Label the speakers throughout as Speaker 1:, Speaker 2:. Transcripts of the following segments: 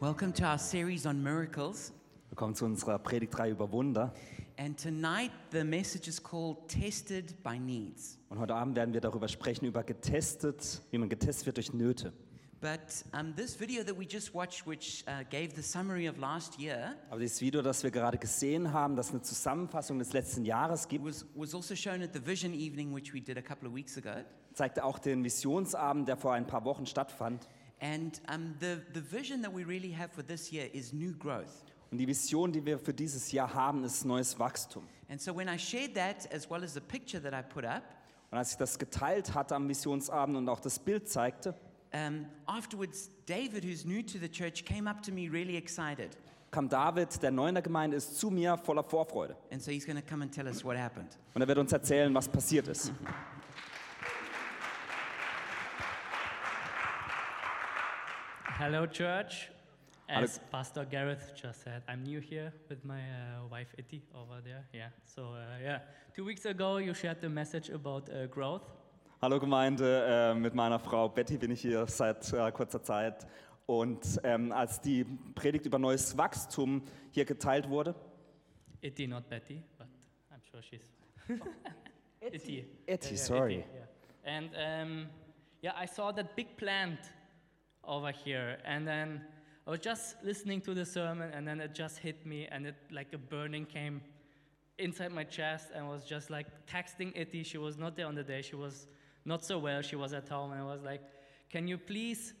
Speaker 1: Welcome to our series on miracles.
Speaker 2: Willkommen zu unserer Predigtreihe über Wunder.
Speaker 1: And tonight, the message is called Tested by Needs.
Speaker 2: Und heute Abend werden wir darüber sprechen, über getestet, wie man getestet wird durch Nöte.
Speaker 1: But um, this video that we just watched, which uh, gave the summary of last year,
Speaker 2: Aber dieses Video, das wir gerade gesehen haben, das eine Zusammenfassung des letzten Jahres gibt,
Speaker 1: was, was also shown at the vision evening, which we did a couple of weeks ago.
Speaker 2: zeigt auch den Missionsabend, der vor ein paar Wochen stattfand.
Speaker 1: And um, the, the vision that we really have for this year is new growth.
Speaker 2: Und die Vision, die wir für dieses Jahr haben, ist neues Wachstum.
Speaker 1: And so when I shared that, as well as the picture that I put up,
Speaker 2: Und als ich das geteilt hatte am Missionsabend und auch das Bild zeigte,
Speaker 1: um, afterwards, David, who's new to the church, came up to me really excited.
Speaker 2: kam David, der neu in der Gemeinde ist, zu mir voller Vorfreude.
Speaker 1: And so he's going to come and tell us what happened.
Speaker 2: Und er wird uns erzählen, was passiert ist.
Speaker 3: Hello, church.
Speaker 2: Hello.
Speaker 3: As Pastor Gareth just said, I'm new here with my uh, wife Itty over there. Yeah. So uh, yeah, two weeks ago you shared the message about uh, growth.
Speaker 2: Hallo Gemeinde, äh, mit meiner Frau Betty bin ich hier seit äh, kurzer Zeit. Und ähm, als die Predigt über neues Wachstum hier geteilt wurde,
Speaker 3: Itty, not Betty, but I'm sure she's Itty.
Speaker 2: Itty,
Speaker 3: Yeah, yeah,
Speaker 2: sorry.
Speaker 3: Itty, yeah. And um, yeah, I saw that big plant over here, and then I was just listening to the sermon, and then it just hit me, and it like a burning came inside my chest, and was just like texting Itty. She was not there on the day. She was not so well. She was at home, and I was like, "Can you please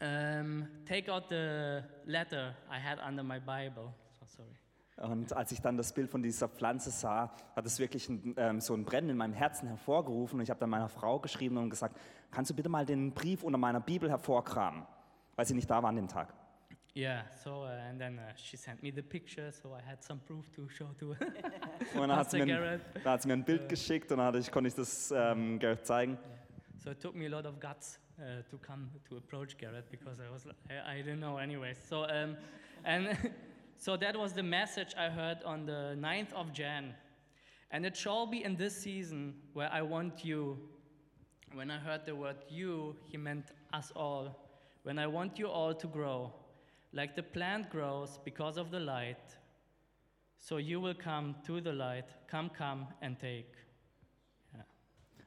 Speaker 3: um, take out the letter I had under my Bible?" So sorry.
Speaker 2: und als ich dann das Bild von dieser Pflanze sah, hat es wirklich ein, ähm, so ein Brennen in meinem Herzen hervorgerufen. Und ich habe dann meiner Frau geschrieben und gesagt, kannst du bitte mal den Brief unter meiner Bibel hervorkramen, weil sie nicht da war an dem Tag.
Speaker 3: Yeah, so, uh, and then uh, she sent me the picture, so I had some proof to show to her.
Speaker 2: Und dann hat sie
Speaker 3: Pastor
Speaker 2: mir,
Speaker 3: Garrett.
Speaker 2: dann hat sie mir ein Bild geschickt und dann hatte ich, konnte ich das ähm, Gareth zeigen.
Speaker 3: so it took me a lot of guts uh, to come to approach Garrett because I was, li- I, I didn't know anyway. So, um, and so that was the message I heard on the 9th of Jan. And it shall be in this season where I want you, when I heard the word you, he meant us all. When I want you all to grow, like the plant grows because of the light, so you will come to the light, come, come and take.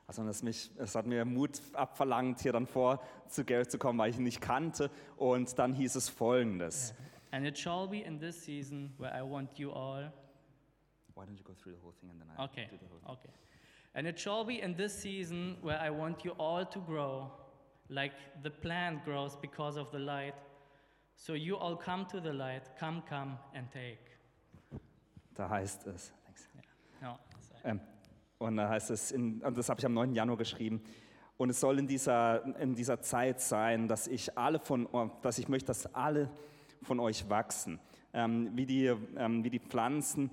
Speaker 2: Also das, mich, es hat mir Mut abverlangt, hier dann vor zu Gareth zu kommen, weil ich ihn nicht kannte. Und dann hieß es folgendes.
Speaker 3: And it shall be in this season where I want you all. Okay, okay. And it shall be in this season where I want you all to grow, like the plant grows because of the light. So you all come to the light, come, come and take.
Speaker 2: Da heißt es.
Speaker 3: No, sorry.
Speaker 2: Ähm, und da heißt es, in, und das habe ich am 9. Januar geschrieben. Und es soll in dieser, in dieser Zeit sein, dass ich alle von, dass ich möchte, dass alle von euch wachsen, ähm, wie, die, ähm, wie die Pflanzen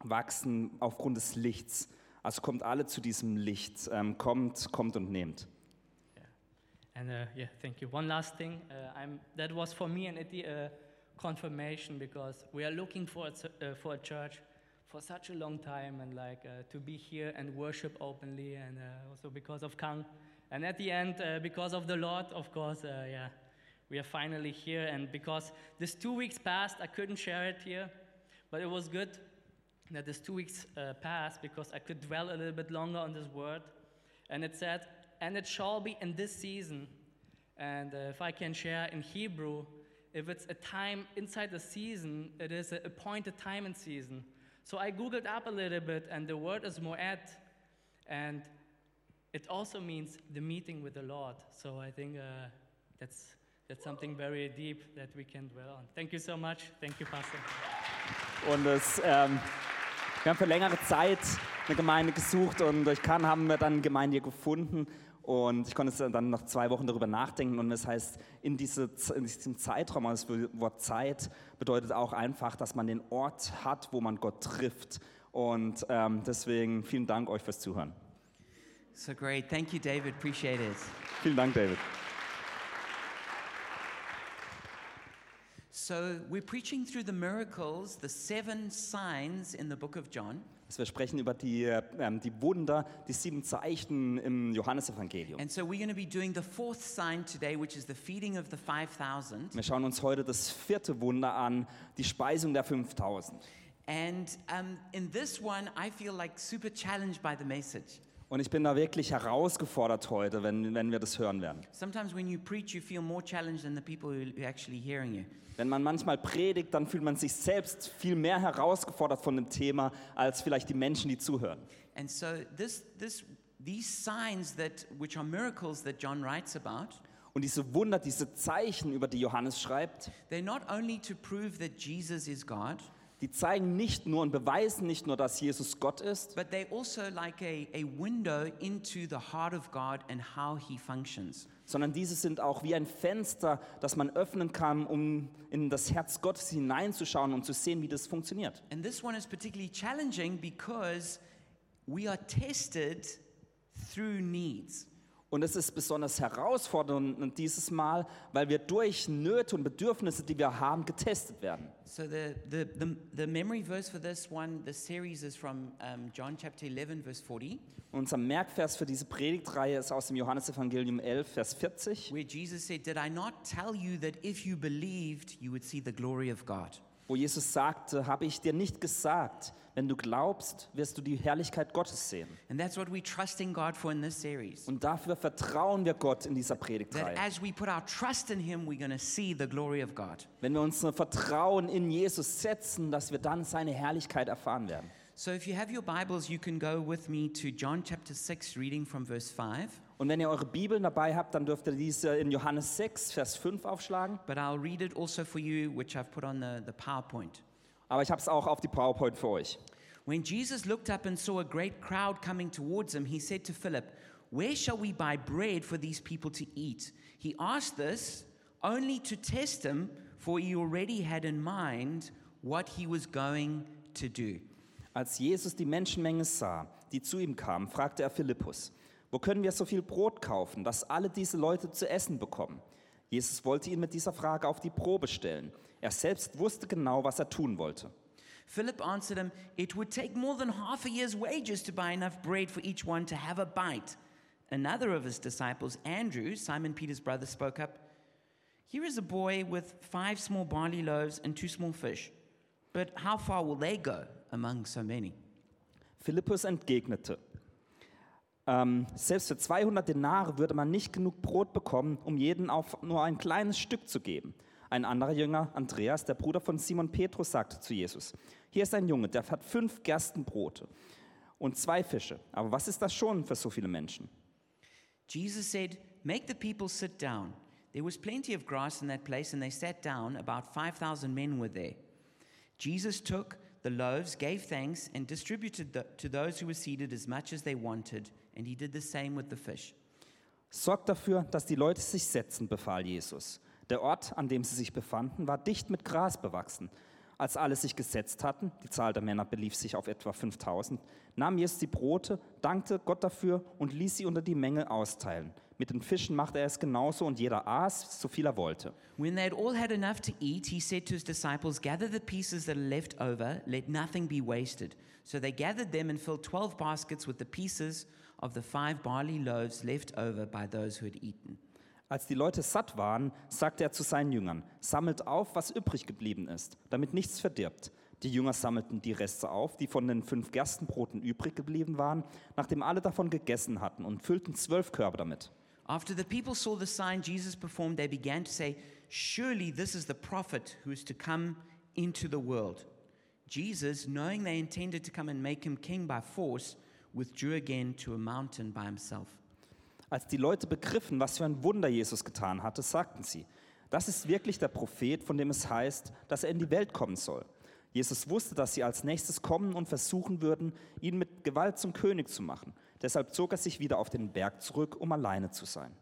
Speaker 2: wachsen aufgrund des Lichts. Also kommt alle zu diesem Licht, ähm, kommt, kommt und nehmt.
Speaker 3: And uh, yeah, thank you. One last thing. Uh, I'm, that was for me and Iti a confirmation because we are looking for a, ch- uh, for a church for such a long time and like uh, to be here and worship openly and uh, also because of Kang. And at the end, uh, because of the Lord, of course, uh, yeah, we are finally here. And because this two weeks passed, I couldn't share it here, but it was good that this two weeks uh, passed because I could dwell a little bit longer on this word. And it said, and it shall be in this season. And uh, if I can share in Hebrew, if it's a time inside the season, it is an appointed time and season. So I googled up a little bit, and the word is moed, and it also means the meeting with the Lord. So I think uh, that's that's something very deep that we can dwell on. Thank you so much. Thank you, Pastor.
Speaker 2: Und es, ähm, wir haben für längere Zeit eine Gemeinde gesucht und durch Kann haben wir dann eine Gemeinde hier gefunden. Und ich konnte jetzt dann noch zwei Wochen darüber nachdenken. Und das heißt, in, diese, Z- in diesem Zeitraum, also das Wort Zeit bedeutet auch einfach, dass man den Ort hat, wo man Gott trifft. Und ähm, deswegen vielen Dank euch fürs Zuhören.
Speaker 1: So great. Thank you, David. Appreciate it.
Speaker 2: Vielen Dank, David.
Speaker 1: So, we're preaching through the miracles, the seven signs in the book of John.
Speaker 2: dass Also wir sprechen über die, ähm, die Wunder, die sieben Zeichen im Johannesevangelium.
Speaker 1: And so we're going to be doing the fourth sign today, which is the feeding of the 5,000.
Speaker 2: Wir schauen uns heute das vierte Wunder an, die Speisung der 5000.
Speaker 1: And um, in this one, I feel like super challenged by the message.
Speaker 2: Und ich bin da wirklich herausgefordert heute, wenn, wenn wir das hören werden.
Speaker 1: Sometimes when you preach, you feel more challenged than the people who who are actually hearing you.
Speaker 2: Wenn man manchmal predigt, dann fühlt man sich selbst viel mehr herausgefordert von dem Thema als vielleicht die Menschen, die zuhören.
Speaker 1: And so this, this, these signs that, which are miracles that John writes about,
Speaker 2: Und diese Wunder, diese Zeichen, über die Johannes schreibt,
Speaker 1: they're not only to prove that Jesus is God,
Speaker 2: die zeigen nicht nur und beweisen nicht nur, dass Jesus Gott ist,
Speaker 1: but they also like a, a window into the heart of God and how he functions.
Speaker 2: sondern diese sind auch wie ein Fenster, das man öffnen kann, um in das Herz Gottes hineinzuschauen und zu sehen, wie das funktioniert.
Speaker 1: And this one is particularly challenging because we are tested through needs.
Speaker 2: Und es ist besonders herausfordernd dieses Mal, weil wir durch Nöte und Bedürfnisse, die wir haben, getestet werden.
Speaker 1: So the, the, the, the memory verse for this one, the series is from um, John chapter 11, verse 40,
Speaker 2: Unser Merkvers für diese Predigtreihe ist aus dem Johannesevangelium 11, Vers 40,
Speaker 1: where Jesus said, Did I not tell you that if you believed, you would see the glory of God?
Speaker 2: wo Jesus sagte, habe ich dir nicht gesagt, wenn du glaubst, wirst du die Herrlichkeit Gottes sehen.
Speaker 1: And that's what we're trusting God for in this series.
Speaker 2: Und dafür vertrauen wir Gott in dieser
Speaker 1: That
Speaker 2: Predigtreihe.
Speaker 1: as we put our trust in Him, we're going to see the glory of God.
Speaker 2: Wenn wir unser Vertrauen in Jesus setzen, dass wir dann seine Herrlichkeit erfahren werden.
Speaker 1: So if you have your Bibles, you can go with me to John chapter 6, reading from verse 5.
Speaker 2: Und wenn ihr eure Bibeln dabei habt, dann dürft ihr diese in Johannes 6, Vers 5 aufschlagen.
Speaker 1: But I'll read it also for you, which I've put on the, the PowerPoint.
Speaker 2: Aber ich habe es auch auf die PowerPoint für euch.
Speaker 1: When Jesus looked up and saw a great crowd coming towards him, he said to Philip, Where shall we buy bread for these people to eat? He asked this only to test him, for he already had in mind what he was going to do.
Speaker 2: Als Jesus die Menschenmenge sah, die zu ihm kam, fragte er Philippus, wo können wir so viel Brot kaufen, dass alle diese Leute zu essen bekommen? Jesus wollte ihn mit dieser Frage auf die Probe stellen. Er selbst wusste genau, was er tun wollte.
Speaker 1: Philip answered him, It would take more than half a year's wages to buy enough bread for each one to have a bite. Another of his disciples, Andrew, Simon Peter's brother, spoke up, Here is a boy with five small barley loaves and two small fish. But how far will they go among so many?
Speaker 2: Philippus entgegnete, ähm, selbst für 200 Denare würde man nicht genug Brot bekommen, um jedem auf nur ein kleines Stück zu geben. Ein anderer Jünger, Andreas, der Bruder von Simon Petrus, sagte zu Jesus, hier ist ein Junge, der hat fünf Gerstenbrote und zwei Fische. Aber was ist das schon für so viele Menschen?
Speaker 1: Jesus said, Make the people sit down. There was plenty of grass in that place, and they sat down. About 5,000 men were there. Jesus took the loaves, gave thanks, and distributed the, to those who were seated as much as they wanted, and he did the same with the fish.
Speaker 2: Sorgt dafür, dass die Leute sich setzen, befahl Jesus. Der Ort, an dem sie sich befanden, war dicht mit Gras bewachsen. Als alle sich gesetzt hatten, die Zahl der Männer belief sich auf etwa 5000, nahm Jesus die Brote, dankte Gott dafür und ließ sie unter die Menge austeilen. Mit den Fischen machte er es genauso und jeder aß, so viel er wollte.
Speaker 1: When they had all had enough to eat, he said to his disciples, Gather the pieces that are left over, let nothing be wasted. So they gathered them and filled 12 baskets with the pieces of the five barley loaves left over by those who had eaten.
Speaker 2: Als die Leute satt waren, sagte er zu seinen Jüngern, sammelt auf, was übrig geblieben ist, damit nichts verdirbt. Die Jünger sammelten die Reste auf, die von den fünf Gerstenbroten übrig geblieben waren, nachdem alle davon gegessen hatten, und füllten zwölf Körbe damit.
Speaker 1: After the people saw the sign Jesus performed, they began to say, Surely this is the prophet who is to come into the world. Jesus, knowing they intended to come and make him king by force, withdrew again to a mountain by himself.
Speaker 2: Als die Leute begriffen, was für ein Wunder Jesus getan hatte, sagten sie, das ist wirklich der Prophet, von dem es heißt, dass er in die Welt kommen soll. Jesus wusste, dass sie als nächstes kommen und versuchen würden, ihn mit Gewalt zum König zu machen. Deshalb zog er sich wieder auf den Berg zurück, um alleine zu sein.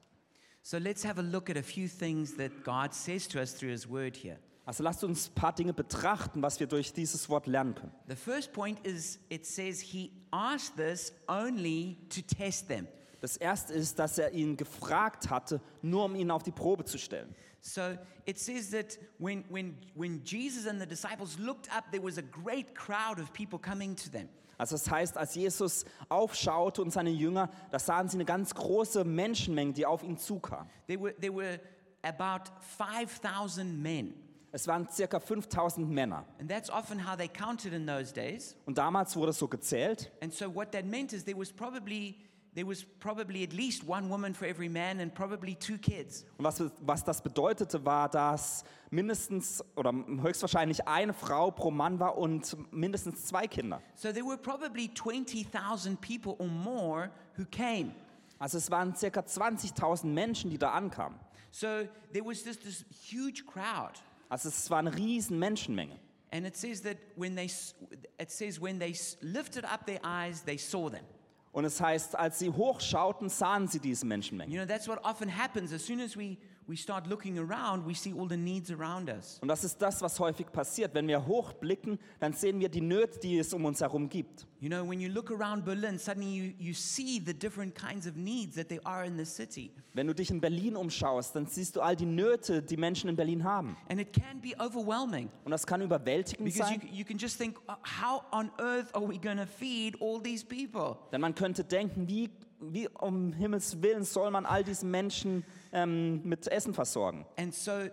Speaker 1: So let's have a look at a few things that God says to us through his word here.
Speaker 2: Also lasst uns ein paar Dinge betrachten, was wir durch dieses Wort lernen können.
Speaker 1: The first point is it says he asked this only to test them.
Speaker 2: Das erste ist, dass er ihn gefragt hatte, nur um ihn auf die Probe zu stellen.
Speaker 1: So it says that when, when, when Jesus and the disciples looked up, there was a great crowd of people coming to them.
Speaker 2: Also das heißt, als Jesus aufschaute und seine Jünger, da sahen sie eine ganz große Menschenmenge, die auf ihn zukam.
Speaker 1: There were, there were about 5,000 men.
Speaker 2: Es waren circa 5000 Männer.
Speaker 1: And that's often how they counted in those days.
Speaker 2: Und damals wurde es so gezählt.
Speaker 1: And so what that meant is there was probably there was probably at least one woman for every man and probably two kids.
Speaker 2: Und was, was das bedeutete, war, dass mindestens oder höchstwahrscheinlich eine Frau pro Mann war und mindestens zwei Kinder.
Speaker 1: So there were probably 20,000 people or more who came.
Speaker 2: Also es waren circa 20.000 Menschen, die da ankamen.
Speaker 1: So there was just this huge crowd.
Speaker 2: Also es war eine riesen Menschenmenge.
Speaker 1: And it says that when they s- it says when they s- lifted up their eyes they saw them.
Speaker 2: Und es heißt, als sie hochschauten, sahen sie diese Menschenmenge.
Speaker 1: You know that's what often happens as soon as we we start looking around we see all the needs around us.
Speaker 2: Und das ist das, was häufig passiert. Wenn wir hochblicken, dann sehen wir die Nöte, die es um uns herum gibt.
Speaker 1: You know when you look around Berlin suddenly you you see the different kinds of needs that there are in the city.
Speaker 2: Wenn du dich in Berlin umschaust, dann siehst du all die Nöte, die Menschen in Berlin haben.
Speaker 1: And it can be overwhelming
Speaker 2: Und das kann überwältigend
Speaker 1: because you,
Speaker 2: sein,
Speaker 1: you can just think, "Uh, how on earth are we going to feed all these people?
Speaker 2: denn man könnte denken, wie, wie um Himmels Willen soll man all diesen Menschen ähm, mit Essen versorgen.
Speaker 1: And so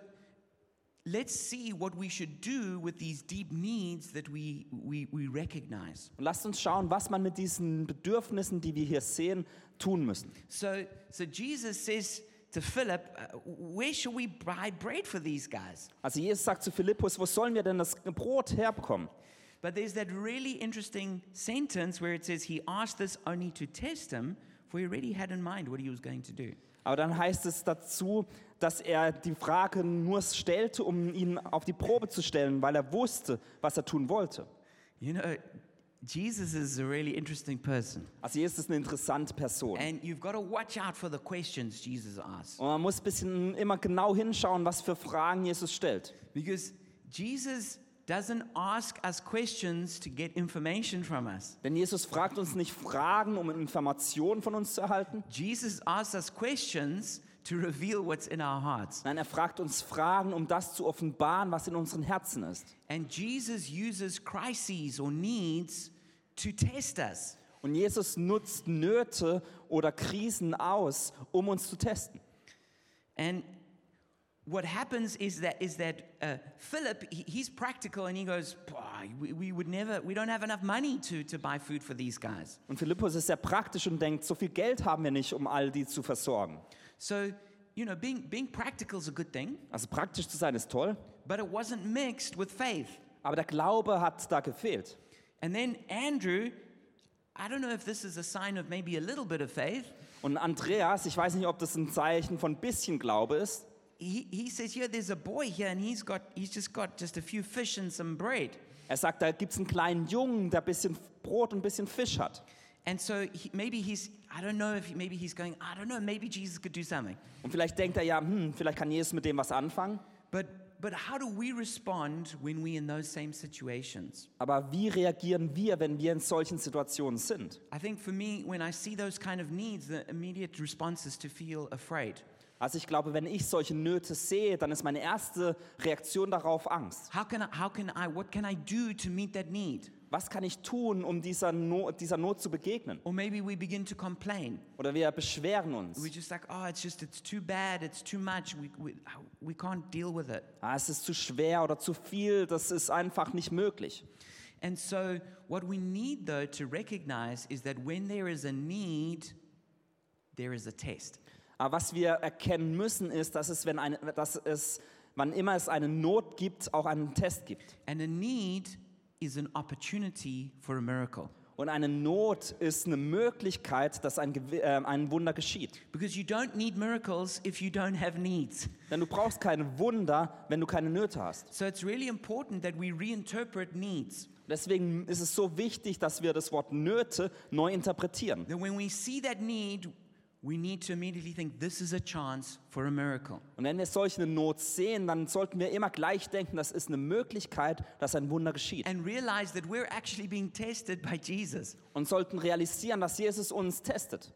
Speaker 1: let's see what we should do with these deep needs that we, we, we recognize.
Speaker 2: Und lasst uns schauen, was man mit diesen Bedürfnissen, die wir hier sehen, tun müssen.
Speaker 1: So, so Jesus says to Philip, uh, Where shall we buy bread for these guys?
Speaker 2: Also Jesus sagt zu Philippus, wo sollen wir denn das Brot herbekommen?
Speaker 1: But there's that really interesting sentence where it says he asked this only to test him, for he already had in mind what he was going to do.
Speaker 2: Aber dann heißt es dazu, dass er die Frage nur stellte, um ihn auf die Probe zu stellen, weil er wusste, was er tun wollte.
Speaker 1: You know, Jesus is a really interesting person.
Speaker 2: Also Jesus ist eine interessante Person.
Speaker 1: And you've got to watch out for the questions Jesus asks.
Speaker 2: Und man muss ein bisschen immer genau hinschauen, was für Fragen Jesus stellt.
Speaker 1: Because Jesus doesn't ask us questions to get information from us.
Speaker 2: Denn Jesus fragt uns nicht Fragen, um Informationen von uns zu erhalten.
Speaker 1: Jesus asks us questions to reveal what's in our hearts.
Speaker 2: Nein, er fragt uns Fragen, um das zu offenbaren, was in unseren Herzen ist.
Speaker 1: And Jesus uses crises or needs to test us.
Speaker 2: Und Jesus nutzt Nöte oder Krisen aus, um uns zu testen.
Speaker 1: And what happens is that is that uh, Philip he, he's practical and he goes, "Bah, we, we would never, we don't have enough money to to buy food for these guys.
Speaker 2: Und Philippus ist sehr praktisch und denkt, so viel Geld haben wir nicht, um all die zu versorgen.
Speaker 1: So you know, being being practical is a good thing,
Speaker 2: Also praktisch zu sein ist toll,
Speaker 1: but it wasn't mixed with faith.
Speaker 2: aber der Glaube hat da gefehlt.
Speaker 1: And then Andrew, I don't know if this is a sign of maybe a little bit of faith.
Speaker 2: Und Andreas, ich weiß nicht, ob das ein Zeichen von bisschen Glaube ist,
Speaker 1: He, he says, "Yeah, there's a boy here, and he's got he's just got just a few fish and some bread."
Speaker 2: er sagt, da gibt es einen kleinen Jungen, der ein bisschen Brot und ein bisschen Fisch hat.
Speaker 1: And so he, maybe he's I don't know if maybe he's going I don't know maybe Jesus could do something.
Speaker 2: Und vielleicht denkt er ja, hm, vielleicht kann Jesus mit dem was anfangen.
Speaker 1: But, but how do we respond when we're in those same situations?
Speaker 2: Aber wie reagieren wir, wenn wir in solchen Situationen sind?
Speaker 1: I think for me, when I see those kind of needs, the immediate response is to feel afraid.
Speaker 2: Also ich glaube, wenn ich solche Nöte sehe, dann ist meine erste Reaktion darauf Angst.
Speaker 1: How can I, how can I what can I do to meet that need?
Speaker 2: Was kann ich tun, um dieser, no dieser Not zu begegnen?
Speaker 1: Or maybe we begin to complain.
Speaker 2: Oder wir beschweren uns.
Speaker 1: We're just like, oh, it's just, it's too bad, it's too much, we, we, we can't deal with it.
Speaker 2: Ah, es ist zu schwer oder zu viel, das ist einfach nicht möglich.
Speaker 1: And so, what we need though to recognize is that when there is a need, there is a test.
Speaker 2: Aber was wir erkennen müssen, ist, dass es, wenn eine, dass es wann immer es eine Not gibt, auch einen Test gibt.
Speaker 1: And a need is an opportunity for a miracle.
Speaker 2: Und eine Not ist eine Möglichkeit, dass ein, Gew- äh, ein Wunder geschieht.
Speaker 1: Because you don't need miracles if you don't have needs.
Speaker 2: Denn du brauchst keine Wunder, wenn du keine Nöte hast.
Speaker 1: So it's really important that we reinterpret needs.
Speaker 2: Deswegen ist es so wichtig, dass wir das Wort Nöte neu interpretieren.
Speaker 1: That when we see that need, we need to immediately think this is a chance for a miracle.
Speaker 2: Und wenn wir solch eine Not sehen, dann sollten wir immer gleich denken, das ist eine Möglichkeit, dass ein Wunder geschieht.
Speaker 1: And realize that we're actually being tested by Jesus.
Speaker 2: Und sollten realisieren, dass Jesus uns testet.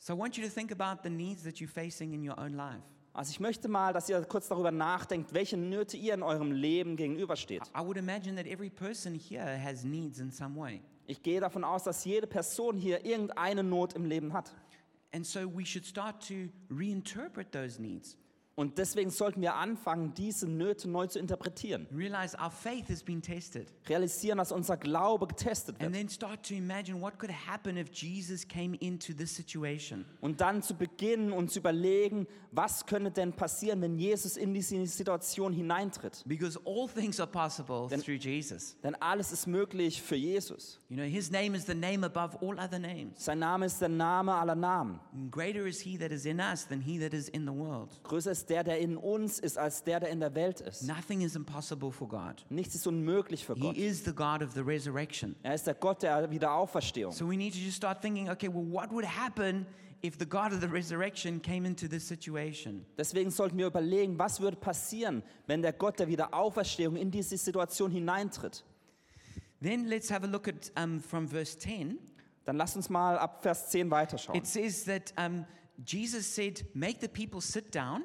Speaker 1: So I want you to think about the needs that you're facing in your own life.
Speaker 2: Also ich möchte mal, dass ihr kurz darüber nachdenkt, welche Nöte ihr in eurem Leben gegenübersteht.
Speaker 1: I would imagine that every person here has needs in some way.
Speaker 2: Ich gehe davon aus, dass jede Person hier irgendeine Not im Leben hat.
Speaker 1: And so we should start to reinterpret those needs.
Speaker 2: Und deswegen sollten wir anfangen, diese Nöte neu zu interpretieren.
Speaker 1: Realize our faith has been tested.
Speaker 2: Realisieren, dass unser Glaube getestet
Speaker 1: And
Speaker 2: wird.
Speaker 1: then start to imagine what could happen if Jesus came into this situation.
Speaker 2: Und dann zu beginnen und zu überlegen, was könnte denn passieren, wenn Jesus in diese Situation hineintritt.
Speaker 1: Because all things are possible through Jesus.
Speaker 2: Denn alles ist möglich für Jesus.
Speaker 1: You know, his name is the name above all other names.
Speaker 2: Sein Name ist der Name aller Namen.
Speaker 1: And greater is he that is in us than he that is in the world.
Speaker 2: Größer ist der, der in uns ist, als der, der in der Welt ist.
Speaker 1: Nothing is impossible for God.
Speaker 2: Nichts ist unmöglich für Gott.
Speaker 1: He is the God of the resurrection.
Speaker 2: Er ist der Gott der Wiederauferstehung.
Speaker 1: So we need to just start thinking okay, well, what would happen if the God of the resurrection came into this situation?
Speaker 2: Deswegen sollten wir überlegen, was würde passieren, wenn der Gott der Wiederauferstehung in diese Situation hineintritt.
Speaker 1: Then let's have a look at um, from verse 10.
Speaker 2: Dann lasst uns mal ab Vers 10 weiterschauen.
Speaker 1: It says that um, Jesus said, Make the people sit down.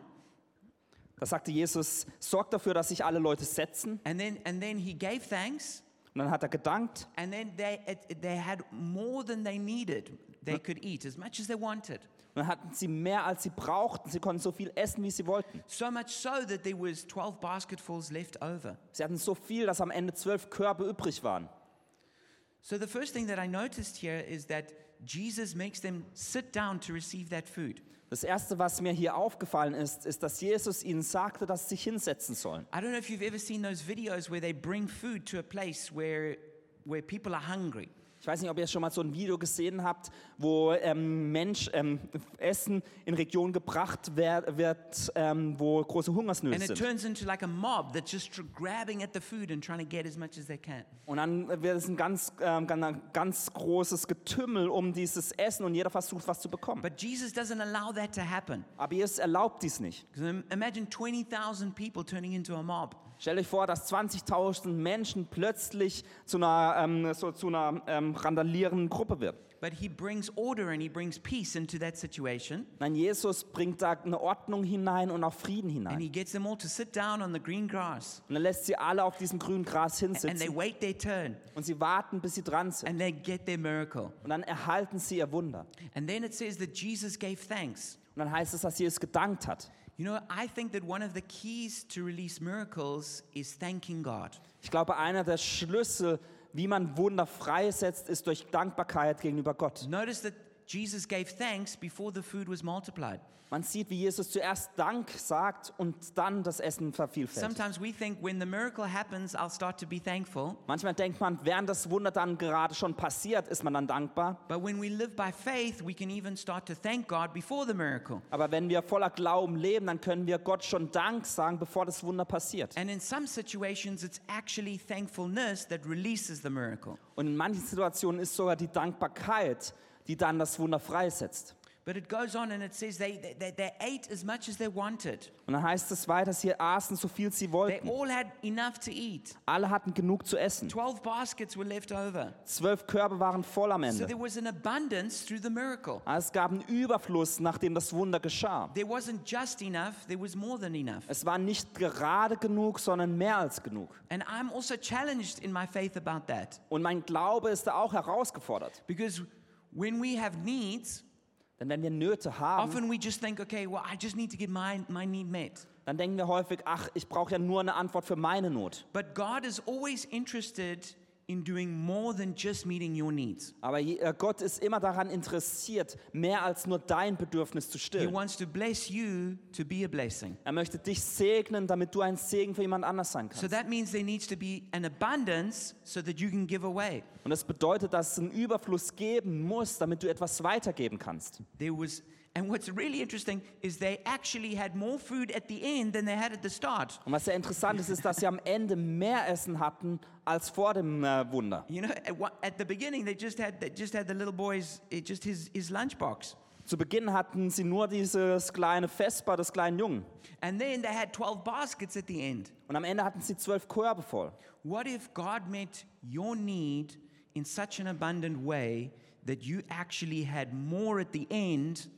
Speaker 2: Da sagte Jesus, sorgt dafür, dass sich alle Leute setzen.
Speaker 1: And then, and then he gave thanks.
Speaker 2: Und dann hat er gedankt.
Speaker 1: And then they, it- they had more than they needed. They could eat as much as they wanted.
Speaker 2: Und dann hatten sie mehr, als sie brauchten. Sie konnten so viel essen, wie sie wollten.
Speaker 1: So much so that there was 12 basketfuls left over.
Speaker 2: Sie hatten so viel, dass am Ende zwölf Körbe übrig waren.
Speaker 1: So the first thing that I noticed here is that Jesus makes them sit down to receive that food.
Speaker 2: Das Erste, was mir hier aufgefallen ist, ist, dass Jesus ihnen sagte, dass sie sich hinsetzen sollen.
Speaker 1: I don't know if you've ever seen those videos where they bring food to a place where, where people are hungry.
Speaker 2: Ich weiß nicht, ob ihr schon mal so ein Video gesehen habt, wo ähm, Mensch ähm, Essen in Regionen gebracht wer- wird, ähm, wo große Hungersnöte
Speaker 1: And it
Speaker 2: sind.
Speaker 1: turns into like a mob that's just tr- grabbing at the food and trying to get as much as they can.
Speaker 2: Und dann wird es ein ganz, ähm, ganz, ein ganz großes Getümmel um dieses Essen und jeder versucht, was zu bekommen.
Speaker 1: But Jesus doesn't allow that to happen.
Speaker 2: Aber Jesus erlaubt dies nicht.
Speaker 1: 'Cause im- Imagine 20,000 people turning into a mob.
Speaker 2: Stellt euch vor, dass 20.000 Menschen plötzlich zu einer, ähm, so, zu einer ähm, randalierenden Gruppe wird.
Speaker 1: But he brings order and he brings peace into that situation.
Speaker 2: Nein, Jesus bringt da eine Ordnung hinein und auch Frieden
Speaker 1: And
Speaker 2: hinein.
Speaker 1: he gets them all to sit down on the green grass.
Speaker 2: Und er lässt sie alle auf diesem grünen Gras
Speaker 1: And they
Speaker 2: hinsitzen
Speaker 1: wait their turn
Speaker 2: und sie warten, bis sie dran sind.
Speaker 1: and they get their miracle.
Speaker 2: Und dann erhalten sie ihr Wunder.
Speaker 1: And then it says that Jesus gave thanks.
Speaker 2: Und dann heißt es, dass Jesus gedankt hat.
Speaker 1: You know, I think that one of the keys to release miracles is thanking God.
Speaker 2: Ich glaube, einer der Schlüssel, wie man Wunder freisetzt, ist durch Dankbarkeit gegenüber Gott.
Speaker 1: Notice that Jesus gave thanks before the food was multiplied.
Speaker 2: Man sieht, wie Jesus zuerst Dank sagt und dann das Essen vervielfältigt.
Speaker 1: Sometimes we think when the miracle happens, I'll start to be thankful.
Speaker 2: Manchmal denkt man, während das Wunder dann gerade schon passiert, ist man dann dankbar.
Speaker 1: But when we live by faith, we can even start to thank God before the miracle.
Speaker 2: Aber wenn wir voller Glauben leben, dann können wir Gott schon Dank sagen, bevor das Wunder passiert.
Speaker 1: And in some situations, it's actually thankfulness that releases the miracle.
Speaker 2: Und in manchen Situationen ist sogar die Dankbarkeit, die dann das Wunder freisetzt.
Speaker 1: But it goes on and it says they, they, they, they ate as much as they wanted,
Speaker 2: Und dann heißt es weiter, sie aßen so viel sie
Speaker 1: they
Speaker 2: wollten.
Speaker 1: all had enough to eat.
Speaker 2: Alle hatten genug zu essen.
Speaker 1: 12 baskets were left over.
Speaker 2: Zwölf Körbe waren voll am
Speaker 1: So
Speaker 2: Ende.
Speaker 1: there was an abundance through the miracle.
Speaker 2: Aber Es gab einen Überfluss, nachdem das Wunder geschah.
Speaker 1: There wasn't just enough, there was more than enough.
Speaker 2: Es war nicht gerade genug, sondern mehr als genug.
Speaker 1: And I'm also challenged in my faith about that.
Speaker 2: Und mein Glaube ist da auch herausgefordert.
Speaker 1: Because when we have needs,
Speaker 2: Denn wenn wir Nöte haben,
Speaker 1: often we just think, okay, well, I just need to get my, my need met.
Speaker 2: dann denken wir häufig, ach, ich brauche ja nur eine Antwort für meine Not.
Speaker 1: But God is always interested in doing more than just meeting your needs.
Speaker 2: Aber je- äh, Gott ist immer daran interessiert, mehr als nur dein Bedürfnis zu
Speaker 1: He
Speaker 2: stillen.
Speaker 1: wants to bless you to be a blessing.
Speaker 2: Er möchte dich segnen, damit du ein Segen für jemand anders sein
Speaker 1: So
Speaker 2: kannst.
Speaker 1: that means there needs to be an abundance so that you can give away.
Speaker 2: Und das bedeutet, dass es einen Überfluss geben muss, damit du etwas weitergeben kannst.
Speaker 1: There was, and what's really interesting is they actually had more food at the end than they had at the start.
Speaker 2: Und was sehr interessant ist, ist, dass sie am Ende mehr Essen hatten als vor dem äh, Wunder.
Speaker 1: You know, at, one- at the beginning they just had they just had the little boy's it just his his lunchbox,
Speaker 2: Zu Beginn hatten sie nur dieses kleine Vesper des kleinen Jungen.
Speaker 1: and then they had twelve baskets at the end.
Speaker 2: Und am Ende hatten sie zwölf Körbe voll.
Speaker 1: What if God met your need in such an abundant way that you actually had more at the end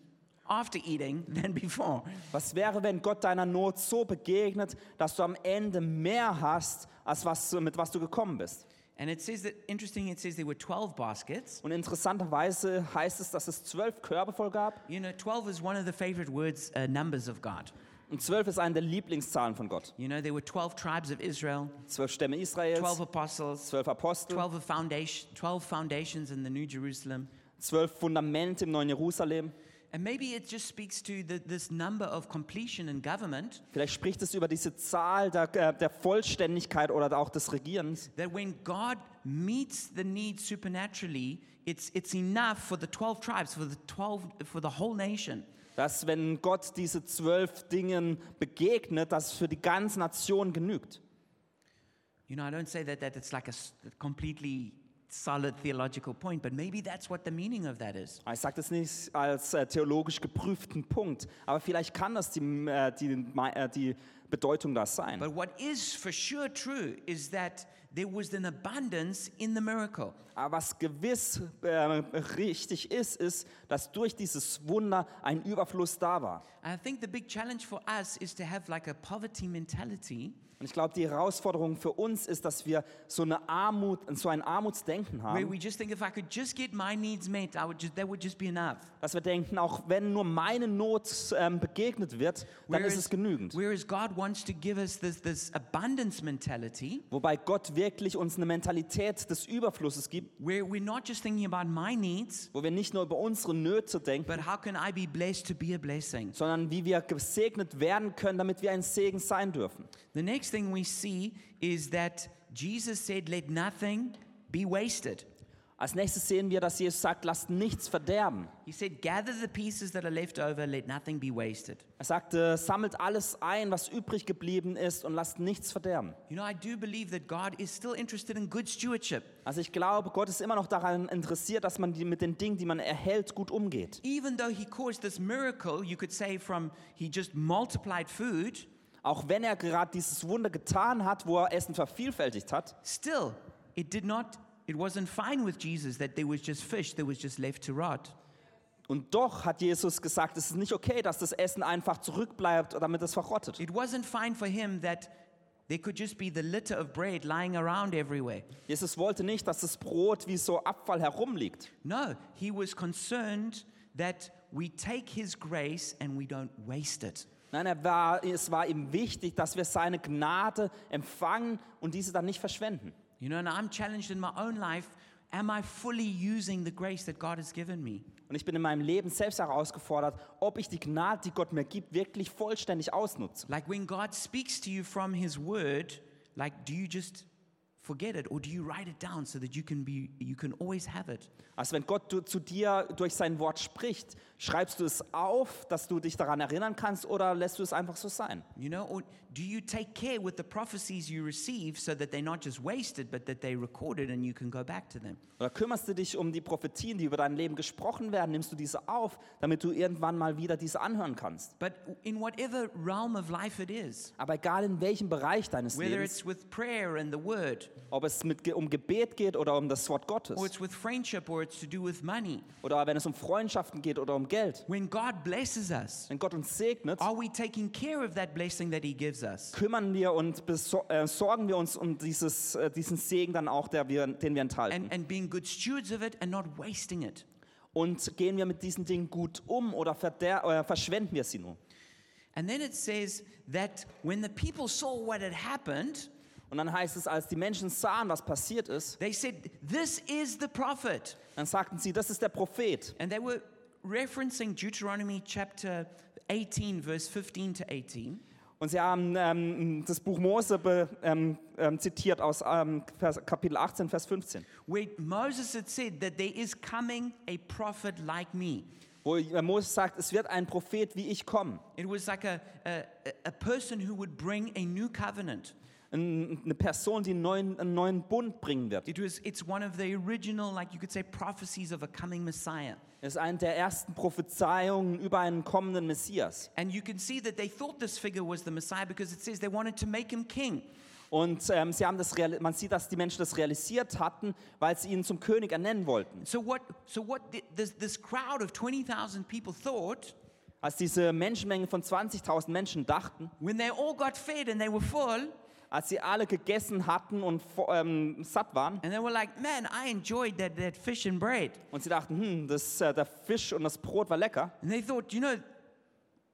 Speaker 1: after eating than before.
Speaker 2: Was wäre, wenn Gott deiner Not so begegnet, dass du am Ende mehr hast, als was, mit was du gekommen bist?
Speaker 1: And it says that, interesting, it says there were 12 baskets.
Speaker 2: Und interessanterweise heißt es, dass es zwölf Körbe voll gab.
Speaker 1: You know, 12 is one of the favorite words, uh, numbers of God.
Speaker 2: Und zwölf ist eine der Lieblingszahlen von Gott.
Speaker 1: You know, there were 12 tribes of Israel,
Speaker 2: Zwölf Stämme Israels,
Speaker 1: 12 apostles,
Speaker 2: zwölf Apostel,
Speaker 1: 12, of foundation, 12 foundations in the New Jerusalem.
Speaker 2: zwölf Fundamente im neuen Jerusalem.
Speaker 1: And maybe it just speaks to the, this number of completion in government
Speaker 2: Vielleicht spricht es über diese Zahl der, äh, der Vollständigkeit oder auch des Regierens,
Speaker 1: that when God meets the need supernaturally, it's, it's enough for the 12 tribes, for the 12, for the whole nation.
Speaker 2: dass wenn Gott diese zwölf Dingen begegnet, dass es für die ganze Nation genügt.
Speaker 1: You know, I don't say that, that it's like a s- completely solid theological point, but maybe that's what the meaning of that is.
Speaker 2: Ah, Ich sage das nicht als äh, theologisch geprüften Punkt, aber vielleicht kann das die, äh, die, mei- äh, die Bedeutung das sein.
Speaker 1: But what is for sure true is that there was an abundance in the miracle.
Speaker 2: Aber was gewiss äh, richtig ist, ist, dass durch dieses Wunder ein Überfluss da war.
Speaker 1: I think the big challenge for us is to have like a poverty mentality
Speaker 2: Und ich glaube, die Herausforderung für uns ist, dass wir so eine Armut, so ein Armutsdenken
Speaker 1: where
Speaker 2: haben,
Speaker 1: we just think if I could just get my needs met, I would just, that would just be enough.
Speaker 2: dass wir denken, auch wenn nur meine Not ähm, begegnet wird, dann ist
Speaker 1: Whereas-
Speaker 2: es genügend.
Speaker 1: Whereas God wants to give us this, this abundance mentality
Speaker 2: Wobei Gott wirklich uns eine Mentalität des Überflusses gibt,
Speaker 1: where we're not just thinking about my needs,
Speaker 2: wo wir nicht nur über unsere Nöte denken,
Speaker 1: but how can I be blessed to be a blessing?
Speaker 2: sondern wie wir gesegnet werden können, damit wir ein Segen sein dürfen.
Speaker 1: The next thing we see is that Jesus said, Let nothing be wasted.
Speaker 2: Als nächstes sehen wir, dass Jesus sagt, lasst nichts verderben.
Speaker 1: He said, Gather the pieces that are left over, let nothing be wasted.
Speaker 2: Er sagte, sammelt alles ein, was übrig geblieben ist und lasst nichts verderben.
Speaker 1: You know, I do believe that God is still interested in good stewardship.
Speaker 2: Also ich glaube, Gott ist immer noch daran interessiert, dass man die, mit den Dingen, die man erhält, gut umgeht.
Speaker 1: Even though he caused this miracle, you could say from he just multiplied food,
Speaker 2: Auch wenn er gerade dieses Wunder getan hat, wo er Essen vervielfältigt hat,
Speaker 1: still it did not it wasn't fine with Jesus that there was just fish that was just left to rot.
Speaker 2: und doch hat Jesus gesagt, es ist nicht okay, dass das Essen einfach zurückbleibt, damit es verrottet.
Speaker 1: It wasn't fine for him that there could just be the litter of bread lying around everywhere.
Speaker 2: Jesus wollte nicht, dass das Brot wie so Abfall herumliegt.
Speaker 1: No, he was concerned that we take his grace and we don't waste it.
Speaker 2: Nein, er war, es war ihm wichtig, dass wir seine Gnade empfangen und diese dann nicht verschwenden.
Speaker 1: You know, and I'm challenged in my own life. Am I fully using the grace that God has given me?
Speaker 2: Und ich bin in meinem Leben selbst herausgefordert, ob ich die Gnade, die Gott mir gibt, wirklich vollständig ausnutze.
Speaker 1: Like when God speaks to you from his word, like do you just forget it or do you write it down so that you can be you can always have it?
Speaker 2: Also wenn Gott du, zu dir durch sein Wort spricht, schreibst du es auf, dass du dich daran erinnern kannst or lässt du es einfach so sein?
Speaker 1: You know, or do you take care with the prophecies you receive so that they're not just wasted, but that they're recorded and you can go back to them?
Speaker 2: Oder kümmerst du dich um die Prophetien, die über dein Leben gesprochen werden, nimmst du diese auf, damit du irgendwann mal wieder diese anhören kannst?
Speaker 1: But in whatever realm of life it is,
Speaker 2: Aber egal in welchem Bereich deines
Speaker 1: whether
Speaker 2: Lebens,
Speaker 1: it's with prayer and the word,
Speaker 2: ob es mit, Ge- um Gebet geht oder um das Wort
Speaker 1: or
Speaker 2: Gottes,
Speaker 1: it's with friendship, or it's to do with money,
Speaker 2: oder wenn es um Freundschaften geht oder um Geld,
Speaker 1: when God blesses us,
Speaker 2: wenn Gott uns segnet,
Speaker 1: are we taking care of that blessing that He gives us?
Speaker 2: kümmern wir und besor- äh, sorgen wir uns um dieses, äh, diesen Segen dann auch, der wir, den wir enthalten.
Speaker 1: And, and being good stewards of it and not wasting it.
Speaker 2: und gehen wir mit diesen Dingen gut um oder verder äh, verschwenden wir sie nur?
Speaker 1: And then it says that when the people saw what had happened,
Speaker 2: Und dann heißt es, als die Menschen sahen, was passiert ist,
Speaker 1: they said, This is the prophet.
Speaker 2: dann sagten sie, das ist der Prophet.
Speaker 1: And they were referencing Deuteronomy chapter 18, verse 15 to 18.
Speaker 2: Und sie haben ähm, das Buch Mose be, ähm, ähm, zitiert aus ähm, Vers, Kapitel 18, Vers 15,
Speaker 1: Where Moses had said that there is coming a prophet like me.
Speaker 2: wo äh, Mose sagt, es wird ein Prophet wie ich kommen.
Speaker 1: It was like a, a, a person who would bring a new covenant.
Speaker 2: Ein- Eine Person, die einen neuen, einen neuen Bund bringen wird.
Speaker 1: It was, it's one of the original, like you could say, prophecies of a coming Messiah.
Speaker 2: Es ist eine der ersten Prophezeiungen über einen kommenden Messias.
Speaker 1: And you can see that they thought this figure was the Messiah because it says they wanted to make him king.
Speaker 2: Und ähm, sie haben das reali- man sieht, dass die Menschen das realisiert hatten, weil sie ihn zum König ernennen wollten.
Speaker 1: So what, so what thi- this, this crowd of 20,000 people thought
Speaker 2: Als diese Menschenmenge von 20.000 Menschen dachten,
Speaker 1: when they all got fed and they were full,
Speaker 2: als sie alle gegessen hatten und vo- ähm, satt waren,
Speaker 1: and they were like, man, I enjoyed that, that fish and bread.
Speaker 2: und sie dachten, hm, das, äh, der Fisch und das Brot war lecker,
Speaker 1: And they thought, you know,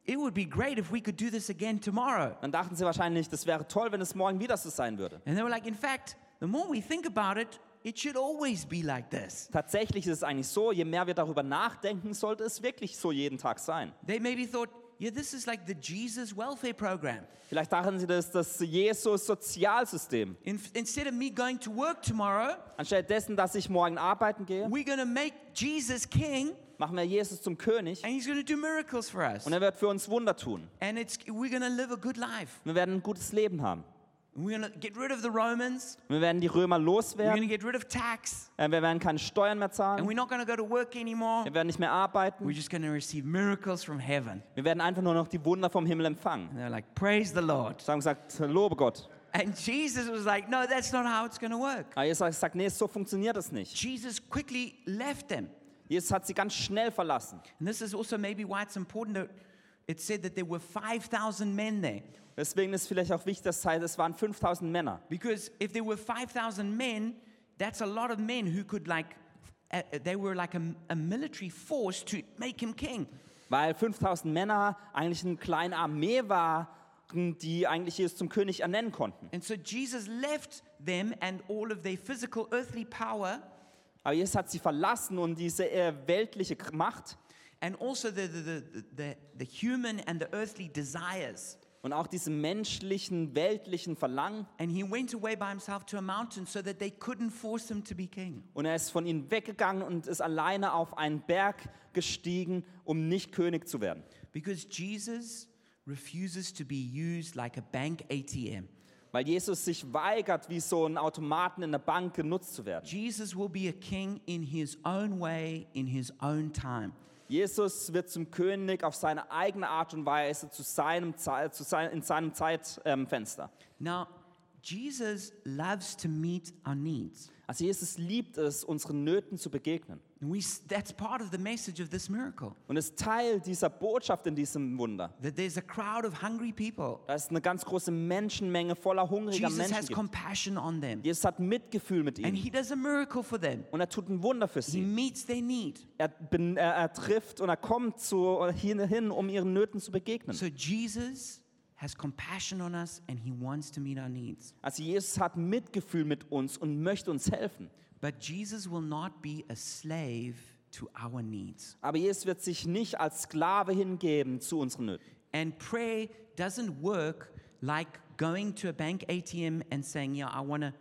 Speaker 1: it would be great if we could do this again tomorrow.
Speaker 2: dann dachten sie wahrscheinlich, das wäre toll, wenn es morgen wieder so sein würde.
Speaker 1: And they were like, in fact, the more we think about it, it should always be like this.
Speaker 2: Tatsächlich ist es eigentlich so, je mehr wir darüber nachdenken, sollte es wirklich so jeden Tag sein.
Speaker 1: They maybe thought, yeah, this is like the Jesus welfare program.
Speaker 2: Vielleicht dachten sie, das ist das Jesus-Sozialsystem.
Speaker 1: In, instead of me going to work tomorrow,
Speaker 2: Anstelle dessen, dass ich morgen arbeiten gehe,
Speaker 1: we're going to make Jesus king
Speaker 2: machen wir Jesus zum König
Speaker 1: and he's going to do miracles for us.
Speaker 2: und er wird für uns Wunder tun.
Speaker 1: And it's, we're going to live a good life.
Speaker 2: Wir werden ein gutes Leben haben.
Speaker 1: We're going to get rid of the Romans.
Speaker 2: Wir werden die Römer
Speaker 1: We're going
Speaker 2: loswerden.
Speaker 1: to get rid of tax.
Speaker 2: Äh, Wir werden keine Steuern mehr
Speaker 1: And
Speaker 2: zahlen.
Speaker 1: we're not going to go to work anymore.
Speaker 2: Wir werden nicht mehr
Speaker 1: We're
Speaker 2: arbeiten.
Speaker 1: just going to receive miracles from heaven.
Speaker 2: Wir werden einfach nur noch die Wunder vom Himmel empfangen.
Speaker 1: And they're like, praise the Lord.
Speaker 2: Sie haben gesagt, lobe Gott.
Speaker 1: And Jesus was like, no, that's not how it's going to work.
Speaker 2: Aber Jesus hat gesagt, nee, so funktioniert das nicht.
Speaker 1: Jesus quickly left them.
Speaker 2: Jesus hat sie ganz schnell verlassen.
Speaker 1: And this is also maybe why it's important that it said that there were 5,000 men there.
Speaker 2: Deswegen ist vielleicht auch wichtig, dass es heißt, es waren 5000 Männer.
Speaker 1: Because if there were 5,000 men, that's a lot of men who could, like, uh, they were like a, a military force to make him king.
Speaker 2: Weil 5000 Männer eigentlich eine kleine Armee waren, die eigentlich Jesus zum König ernennen konnten.
Speaker 1: And so Jesus left them and all of their physical earthly power
Speaker 2: Aber Jesus hat sie verlassen und diese äh, weltliche K- Macht
Speaker 1: and also the, the, the, the, the human and the earthly desires.
Speaker 2: und auch diese menschlichen, weltlichen Verlangen.
Speaker 1: And he went away by himself to a mountain so that they couldn't force him to be king.
Speaker 2: Und er ist von ihnen weggegangen und ist alleine auf einen Berg gestiegen, um nicht König zu werden.
Speaker 1: Because Jesus refuses to be used like a bank ATM.
Speaker 2: Weil Jesus sich weigert, wie so ein Automaten in der Bank genutzt zu werden.
Speaker 1: Jesus will be a king in his own way, in his own time.
Speaker 2: Jesus wird zum König auf seine eigene Art und Weise zu seinem, Zei- zu sein, in seinem Zeitfenster.
Speaker 1: Now, Jesus loves to meet our needs.
Speaker 2: Also Jesus liebt es, unseren Nöten zu begegnen.
Speaker 1: And we, s- that's part of the message of this miracle
Speaker 2: Und ist Teil dieser Botschaft in diesem Wunder.
Speaker 1: that there's a crowd of hungry people.
Speaker 2: Da ist eine ganz große Menschenmenge voller hungriger
Speaker 1: Jesus
Speaker 2: Menschen.
Speaker 1: has
Speaker 2: Gibt.
Speaker 1: compassion on them
Speaker 2: Jesus hat Mitgefühl mit
Speaker 1: and
Speaker 2: ihnen.
Speaker 1: he does a miracle for them.
Speaker 2: Und er tut ein Wunder für
Speaker 1: He
Speaker 2: sie.
Speaker 1: meets their need.
Speaker 2: Er, ben- er, er trifft und er kommt zu, hin, hin, um ihren Nöten zu begegnen.
Speaker 1: So Jesus has compassion on us and he wants to meet our needs.
Speaker 2: Also Jesus hat Mitgefühl mit uns und möchte uns helfen.
Speaker 1: But Jesus will not be a slave to our needs.
Speaker 2: Aber Jesus wird sich nicht als Sklave hingeben zu unseren Nöten.
Speaker 1: And prayer doesn't work like going to a bank ATM and saying, Yeah, I want to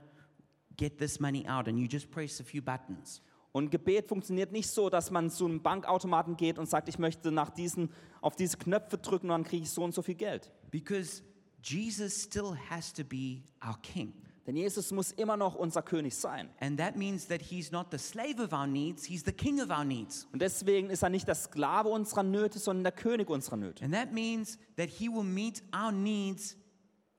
Speaker 1: get this money out. And you just press a few buttons.
Speaker 2: Und Gebet funktioniert nicht so, dass man zu einem Bankautomaten geht und sagt, ich möchte nach diesen, auf diese Knöpfe drücken und dann kriege ich so und so viel Geld.
Speaker 1: Because Jesus still has to be our king.
Speaker 2: Denn Jesus muss immer noch unser König sein.
Speaker 1: And that means that he's not the slave of our needs, he's the king of our needs.
Speaker 2: Und deswegen ist er nicht der Sklave unserer Nöte, sondern der König unserer Nöte.
Speaker 1: And that means that he will meet our needs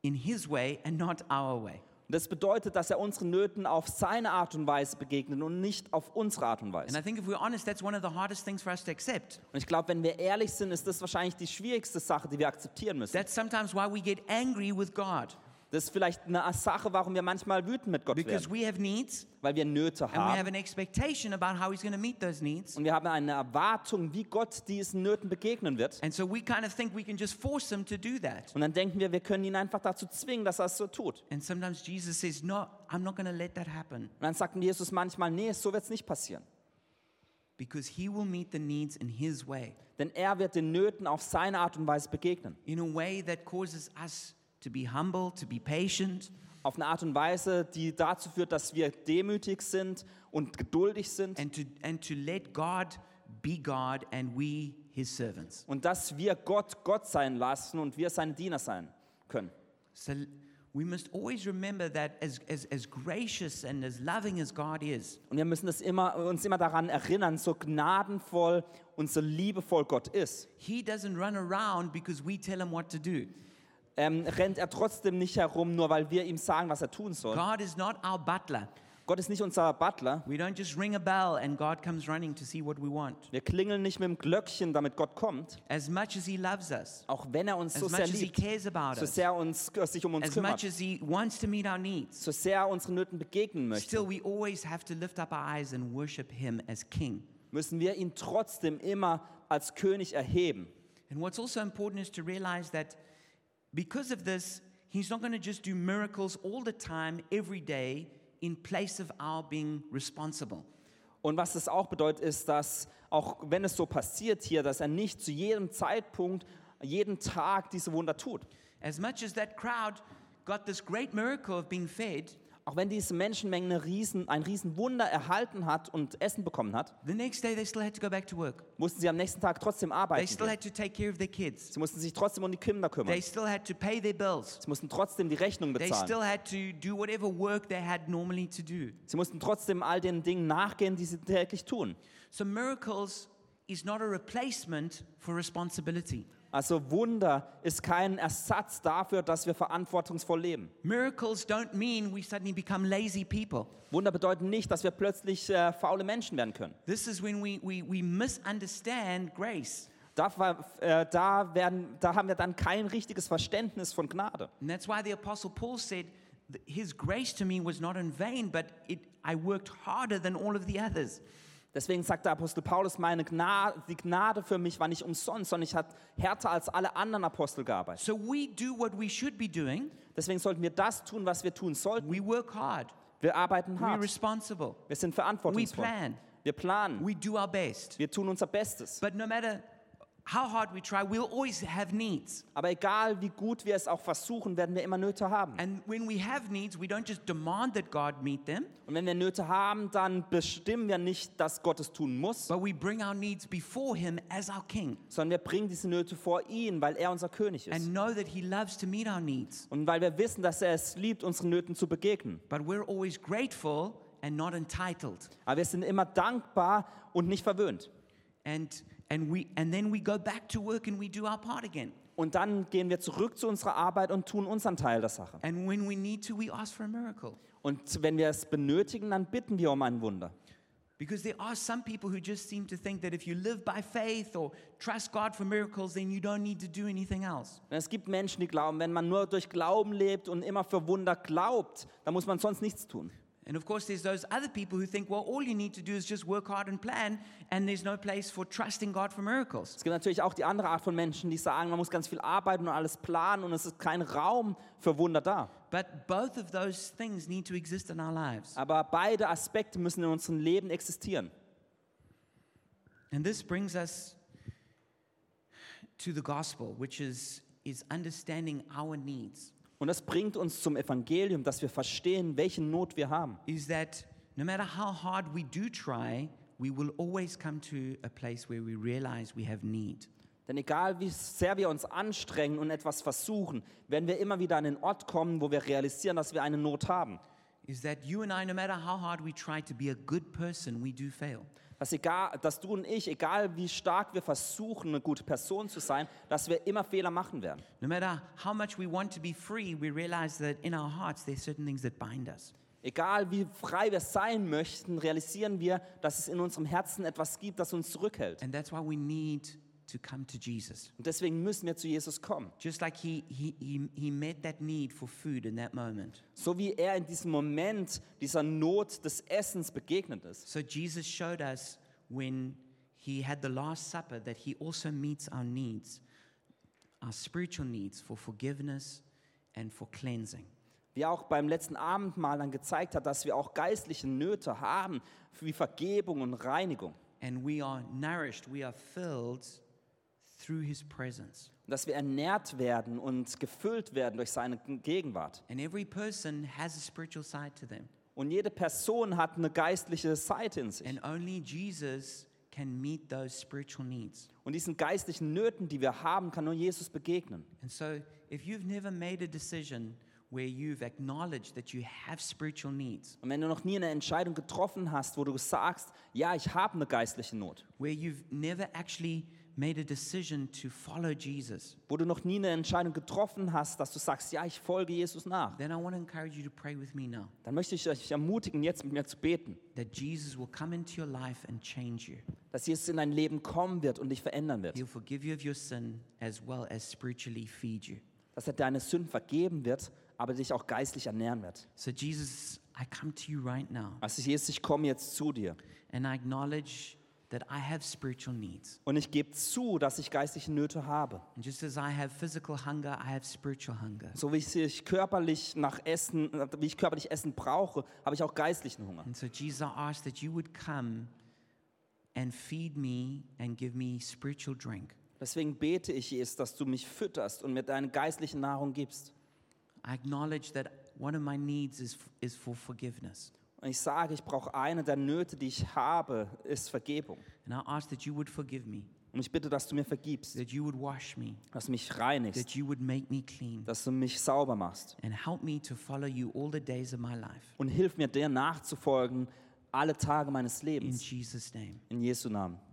Speaker 1: in his way and not our way.
Speaker 2: Und das bedeutet, dass er unseren Nöten auf seine Art und Weise begegnet und nicht auf unsere Art und
Speaker 1: And
Speaker 2: Weise.
Speaker 1: I think if we're honest, that's one of the hardest things for us to accept.
Speaker 2: Und ich glaube, wenn wir ehrlich sind, ist das wahrscheinlich die schwierigste Sache, die wir akzeptieren müssen.
Speaker 1: That's sometimes why we get angry with God
Speaker 2: Das ist vielleicht eine Sache, warum wir manchmal wütend mit Gott
Speaker 1: because
Speaker 2: werden,
Speaker 1: we have needs
Speaker 2: weil wir Nöte
Speaker 1: and we have
Speaker 2: haben.
Speaker 1: an expectation about how He's going to meet those needs.
Speaker 2: Und wir haben eine Erwartung, wie Gott diesen Nöten begegnen wird.
Speaker 1: And so we kind of think we can just force Him to do that.
Speaker 2: Und dann denken wir, wir können ihn einfach dazu zwingen, dass er es so tut.
Speaker 1: And sometimes Jesus says, No, I'm not going to let that happen
Speaker 2: Und dann sagt Jesus manchmal, nee, so wird es nicht passieren.
Speaker 1: because He will meet the needs in His way,
Speaker 2: Denn er wird den Nöten auf seine Art und Weise begegnen.
Speaker 1: in a way that causes us to be humble, to be patient,
Speaker 2: Auf eine Art und Weise, die dazu führt, dass wir demütig sind und geduldig sind.
Speaker 1: and to, and to let God be God and we His servants.
Speaker 2: Und dass wir Gott Gott sein lassen und wir seine Diener sein können.
Speaker 1: So l- we must always remember that as, as, as gracious and as loving as God is,
Speaker 2: Und wir müssen das immer, uns immer daran erinnern, so gnadenvoll und so liebevoll Gott ist.
Speaker 1: He doesn't run around because we tell Him what to do.
Speaker 2: ähm, rennt er trotzdem nicht herum, nur weil wir ihm sagen, was er tun soll.
Speaker 1: God is not our butler.
Speaker 2: Gott ist nicht unser Butler.
Speaker 1: We don't just ring a bell and God comes running to see what we want.
Speaker 2: Wir klingeln nicht mit dem Glöckchen, damit Gott kommt,
Speaker 1: As much as He loves us,
Speaker 2: auch wenn er uns
Speaker 1: as
Speaker 2: so
Speaker 1: much
Speaker 2: sehr
Speaker 1: as He
Speaker 2: liebt,
Speaker 1: cares about
Speaker 2: so
Speaker 1: us,
Speaker 2: sehr uns, sich um uns
Speaker 1: as much
Speaker 2: kümmert,
Speaker 1: as He wants to meet our needs,
Speaker 2: so sehr er unseren Nöten begegnen möchte,
Speaker 1: still we always have to lift up our eyes and worship Him as King.
Speaker 2: müssen wir ihn trotzdem immer als König erheben.
Speaker 1: And what's also important is to realize that because of this, He's not going to just do miracles all the time, every day, in place of our being responsible.
Speaker 2: Und was das auch bedeutet, ist, dass auch wenn es so passiert hier, dass er nicht zu jedem Zeitpunkt, jeden Tag diese Wunder tut.
Speaker 1: As much as that crowd got this great miracle of being fed,
Speaker 2: Auch wenn diese Menschenmenge eine Riesen, ein Riesenwunder erhalten hat und Essen bekommen hat,
Speaker 1: the next day they still had to go back to work.
Speaker 2: mussten sie am nächsten Tag trotzdem
Speaker 1: They
Speaker 2: arbeiten.
Speaker 1: still
Speaker 2: Gehen.
Speaker 1: had to take care of their kids.
Speaker 2: Sie mussten sich trotzdem um die Kinder
Speaker 1: They
Speaker 2: kümmern.
Speaker 1: still had to pay their bills.
Speaker 2: Sie mussten trotzdem die Rechnung
Speaker 1: They
Speaker 2: bezahlen.
Speaker 1: still had to do whatever work they had normally to do.
Speaker 2: Sie mussten trotzdem all den Dingen nachgehen, die sie täglich tun.
Speaker 1: So miracles is not a replacement for responsibility.
Speaker 2: Also Wunder ist kein Ersatz dafür, dass wir verantwortungsvoll leben.
Speaker 1: Miracles don't mean we suddenly become lazy people.
Speaker 2: Wunder bedeuten nicht, dass wir plötzlich äh, faule Menschen werden können.
Speaker 1: This is when we, we, we misunderstand grace.
Speaker 2: Da, war- äh, da, werden, da haben wir dann kein richtiges Verständnis von Gnade.
Speaker 1: And that's why the Apostle Paul said, "Th- His grace to me was not in vain, but it, I worked harder than all of the others.
Speaker 2: Deswegen sagt der Apostel Paulus, meine Gnade, die Gnade für mich war nicht umsonst, sondern ich habe härter als alle anderen Apostel gearbeitet.
Speaker 1: So we do what we should be doing.
Speaker 2: Deswegen sollten wir das tun, was wir tun sollten.
Speaker 1: We work hard.
Speaker 2: Wir arbeiten
Speaker 1: We're
Speaker 2: hart.
Speaker 1: responsible.
Speaker 2: Wir sind
Speaker 1: We
Speaker 2: verantwortungsvoll.
Speaker 1: plan.
Speaker 2: Wir planen.
Speaker 1: We do our best.
Speaker 2: Wir tun unser Bestes.
Speaker 1: But no matter how hard we try, we'll always have needs.
Speaker 2: Aber egal, wie gut wir es auch versuchen, werden wir immer Nöte haben.
Speaker 1: And when we have needs, we don't just demand that God meet them,
Speaker 2: Und wenn wir Nöte haben, dann bestimmen wir nicht, dass Gott es tun muss,
Speaker 1: but we bring our needs before Him as our King
Speaker 2: sondern wir bringen diese Nöte vor ihn, weil er unser König ist.
Speaker 1: and know that He loves to meet our needs.
Speaker 2: Und weil wir wissen, dass er es liebt, unseren Nöten zu begegnen.
Speaker 1: But we're always grateful and not entitled.
Speaker 2: Aber wir sind immer dankbar und nicht verwöhnt.
Speaker 1: And, and, we, and then we go back to work and we do our part again.
Speaker 2: Und dann gehen wir zurück zu unserer Arbeit und tun unseren Teil der Sache.
Speaker 1: And when we need to, we ask for a miracle.
Speaker 2: Und wenn wir es benötigen, dann bitten wir um ein Wunder.
Speaker 1: Because there are some people who just seem to think that if you live by faith or trust God for miracles, then you don't need to do anything else.
Speaker 2: Denn es gibt Menschen, die glauben, wenn man nur durch Glauben lebt und immer für Wunder glaubt, dann muss man sonst nichts tun.
Speaker 1: And of course, there's those other people who think, well, all you need to do is just work hard and plan, and there's no place for trusting God for miracles.
Speaker 2: Es gibt natürlich auch die andere Art von Menschen, die sagen, man muss ganz viel arbeiten und alles planen und es ist kein Raum für Wunder da.
Speaker 1: But both of those things need to exist in our lives.
Speaker 2: Aber beide Aspekte müssen in unserem Leben existieren.
Speaker 1: And this brings us to the gospel, which is, is understanding our needs,
Speaker 2: Und das bringt uns zum Evangelium, dass wir verstehen, welche Not wir haben.
Speaker 1: is that no matter how hard we do try, we will always come to a place where we realize we have need.
Speaker 2: Denn egal wie sehr wir uns anstrengen und etwas versuchen, werden wir immer wieder an den Ort kommen, wo wir realisieren, dass wir eine Not haben.
Speaker 1: Is that you and I, no matter how hard we try to be a good person, we do fail.
Speaker 2: Dass, egal, dass du und ich, egal wie stark wir versuchen, eine gute Person zu sein, dass wir immer Fehler machen werden.
Speaker 1: No matter how much we want to be free, we realize that in our hearts there are certain things that bind us.
Speaker 2: Egal wie frei wir sein möchten, realisieren wir, dass es in unserem Herzen etwas gibt, das uns zurückhält.
Speaker 1: And that's why we need to come to Jesus.
Speaker 2: Und deswegen müssen wir zu Jesus kommen.
Speaker 1: Just like he, he, he, he met that need for food in that moment.
Speaker 2: So wie er in diesem Moment dieser Not des Essens begegnet ist.
Speaker 1: So Jesus showed us when he had the Last Supper that he also meets our needs, our spiritual needs for forgiveness and for cleansing.
Speaker 2: Wie er auch beim letzten Abendmahl dann gezeigt hat, dass wir auch geistliche Nöte haben, wie Vergebung und Reinigung.
Speaker 1: And we are nourished, we are filled through his presence.
Speaker 2: Und dass wir ernährt werden und gefüllt werden durch seine Gegenwart.
Speaker 1: And every person has a spiritual side to them.
Speaker 2: Und jede Person hat eine geistliche Seite in sich.
Speaker 1: And only Jesus can meet those spiritual needs.
Speaker 2: Und diesen geistlichen Nöten, die wir haben, kann nur Jesus begegnen.
Speaker 1: And so, if you've never made a decision where you've acknowledged that you have spiritual needs,
Speaker 2: Und wenn du noch nie eine Entscheidung getroffen hast, wo du sagst, ja, ich habe eine geistliche Not,
Speaker 1: where you've never actually made a decision to follow Jesus,
Speaker 2: wo du noch nie eine Entscheidung getroffen hast, dass du sagst, ja, ich folge Jesus nach,
Speaker 1: then I want to encourage you to pray with me now
Speaker 2: dann möchte ich dich ermutigen, jetzt mit mir zu beten,
Speaker 1: that Jesus will come into your life and change you.
Speaker 2: dass Jesus in dein Leben kommen wird und dich verändern wird,
Speaker 1: He'll forgive you of your sin as well as spiritually feed you.
Speaker 2: dass er deine Sünden vergeben wird, aber dich auch geistlich ernähren wird.
Speaker 1: So, Jesus, I come to you right now
Speaker 2: Also Jesus, ich komme jetzt zu dir
Speaker 1: and I acknowledge that I have spiritual needs.
Speaker 2: und ich gebe zu, dass ich geistliche Nöte habe.
Speaker 1: And just as I have physical hunger, I have spiritual hunger.
Speaker 2: So wie ich- ich körperlich nach Essen, wie ich körperlich Essen brauche, habe ich auch geistlichen Hunger.
Speaker 1: And so, Jesus, I ask that you would come and feed me and give me spiritual drink.
Speaker 2: Deswegen bete ich, Jesus, dass du mich fütterst und mir deine geistliche Nahrung gibst.
Speaker 1: I acknowledge that one of my needs is, is for forgiveness.
Speaker 2: Und ich sage, ich brauche eine der Nöte, die ich habe, ist Vergebung.
Speaker 1: And I ask that you would forgive me,
Speaker 2: Und ich bitte, dass du mir vergibst,
Speaker 1: that you would wash me,
Speaker 2: dass du mich reinigst,
Speaker 1: that you would make me clean,
Speaker 2: dass du mich sauber machst.
Speaker 1: and help me to follow you all the days of my life.
Speaker 2: Und hilf mir, dir nachzufolgen, alle Tage meines
Speaker 1: In
Speaker 2: Lebens.
Speaker 1: Jesus' name.
Speaker 2: In Jesu Namen.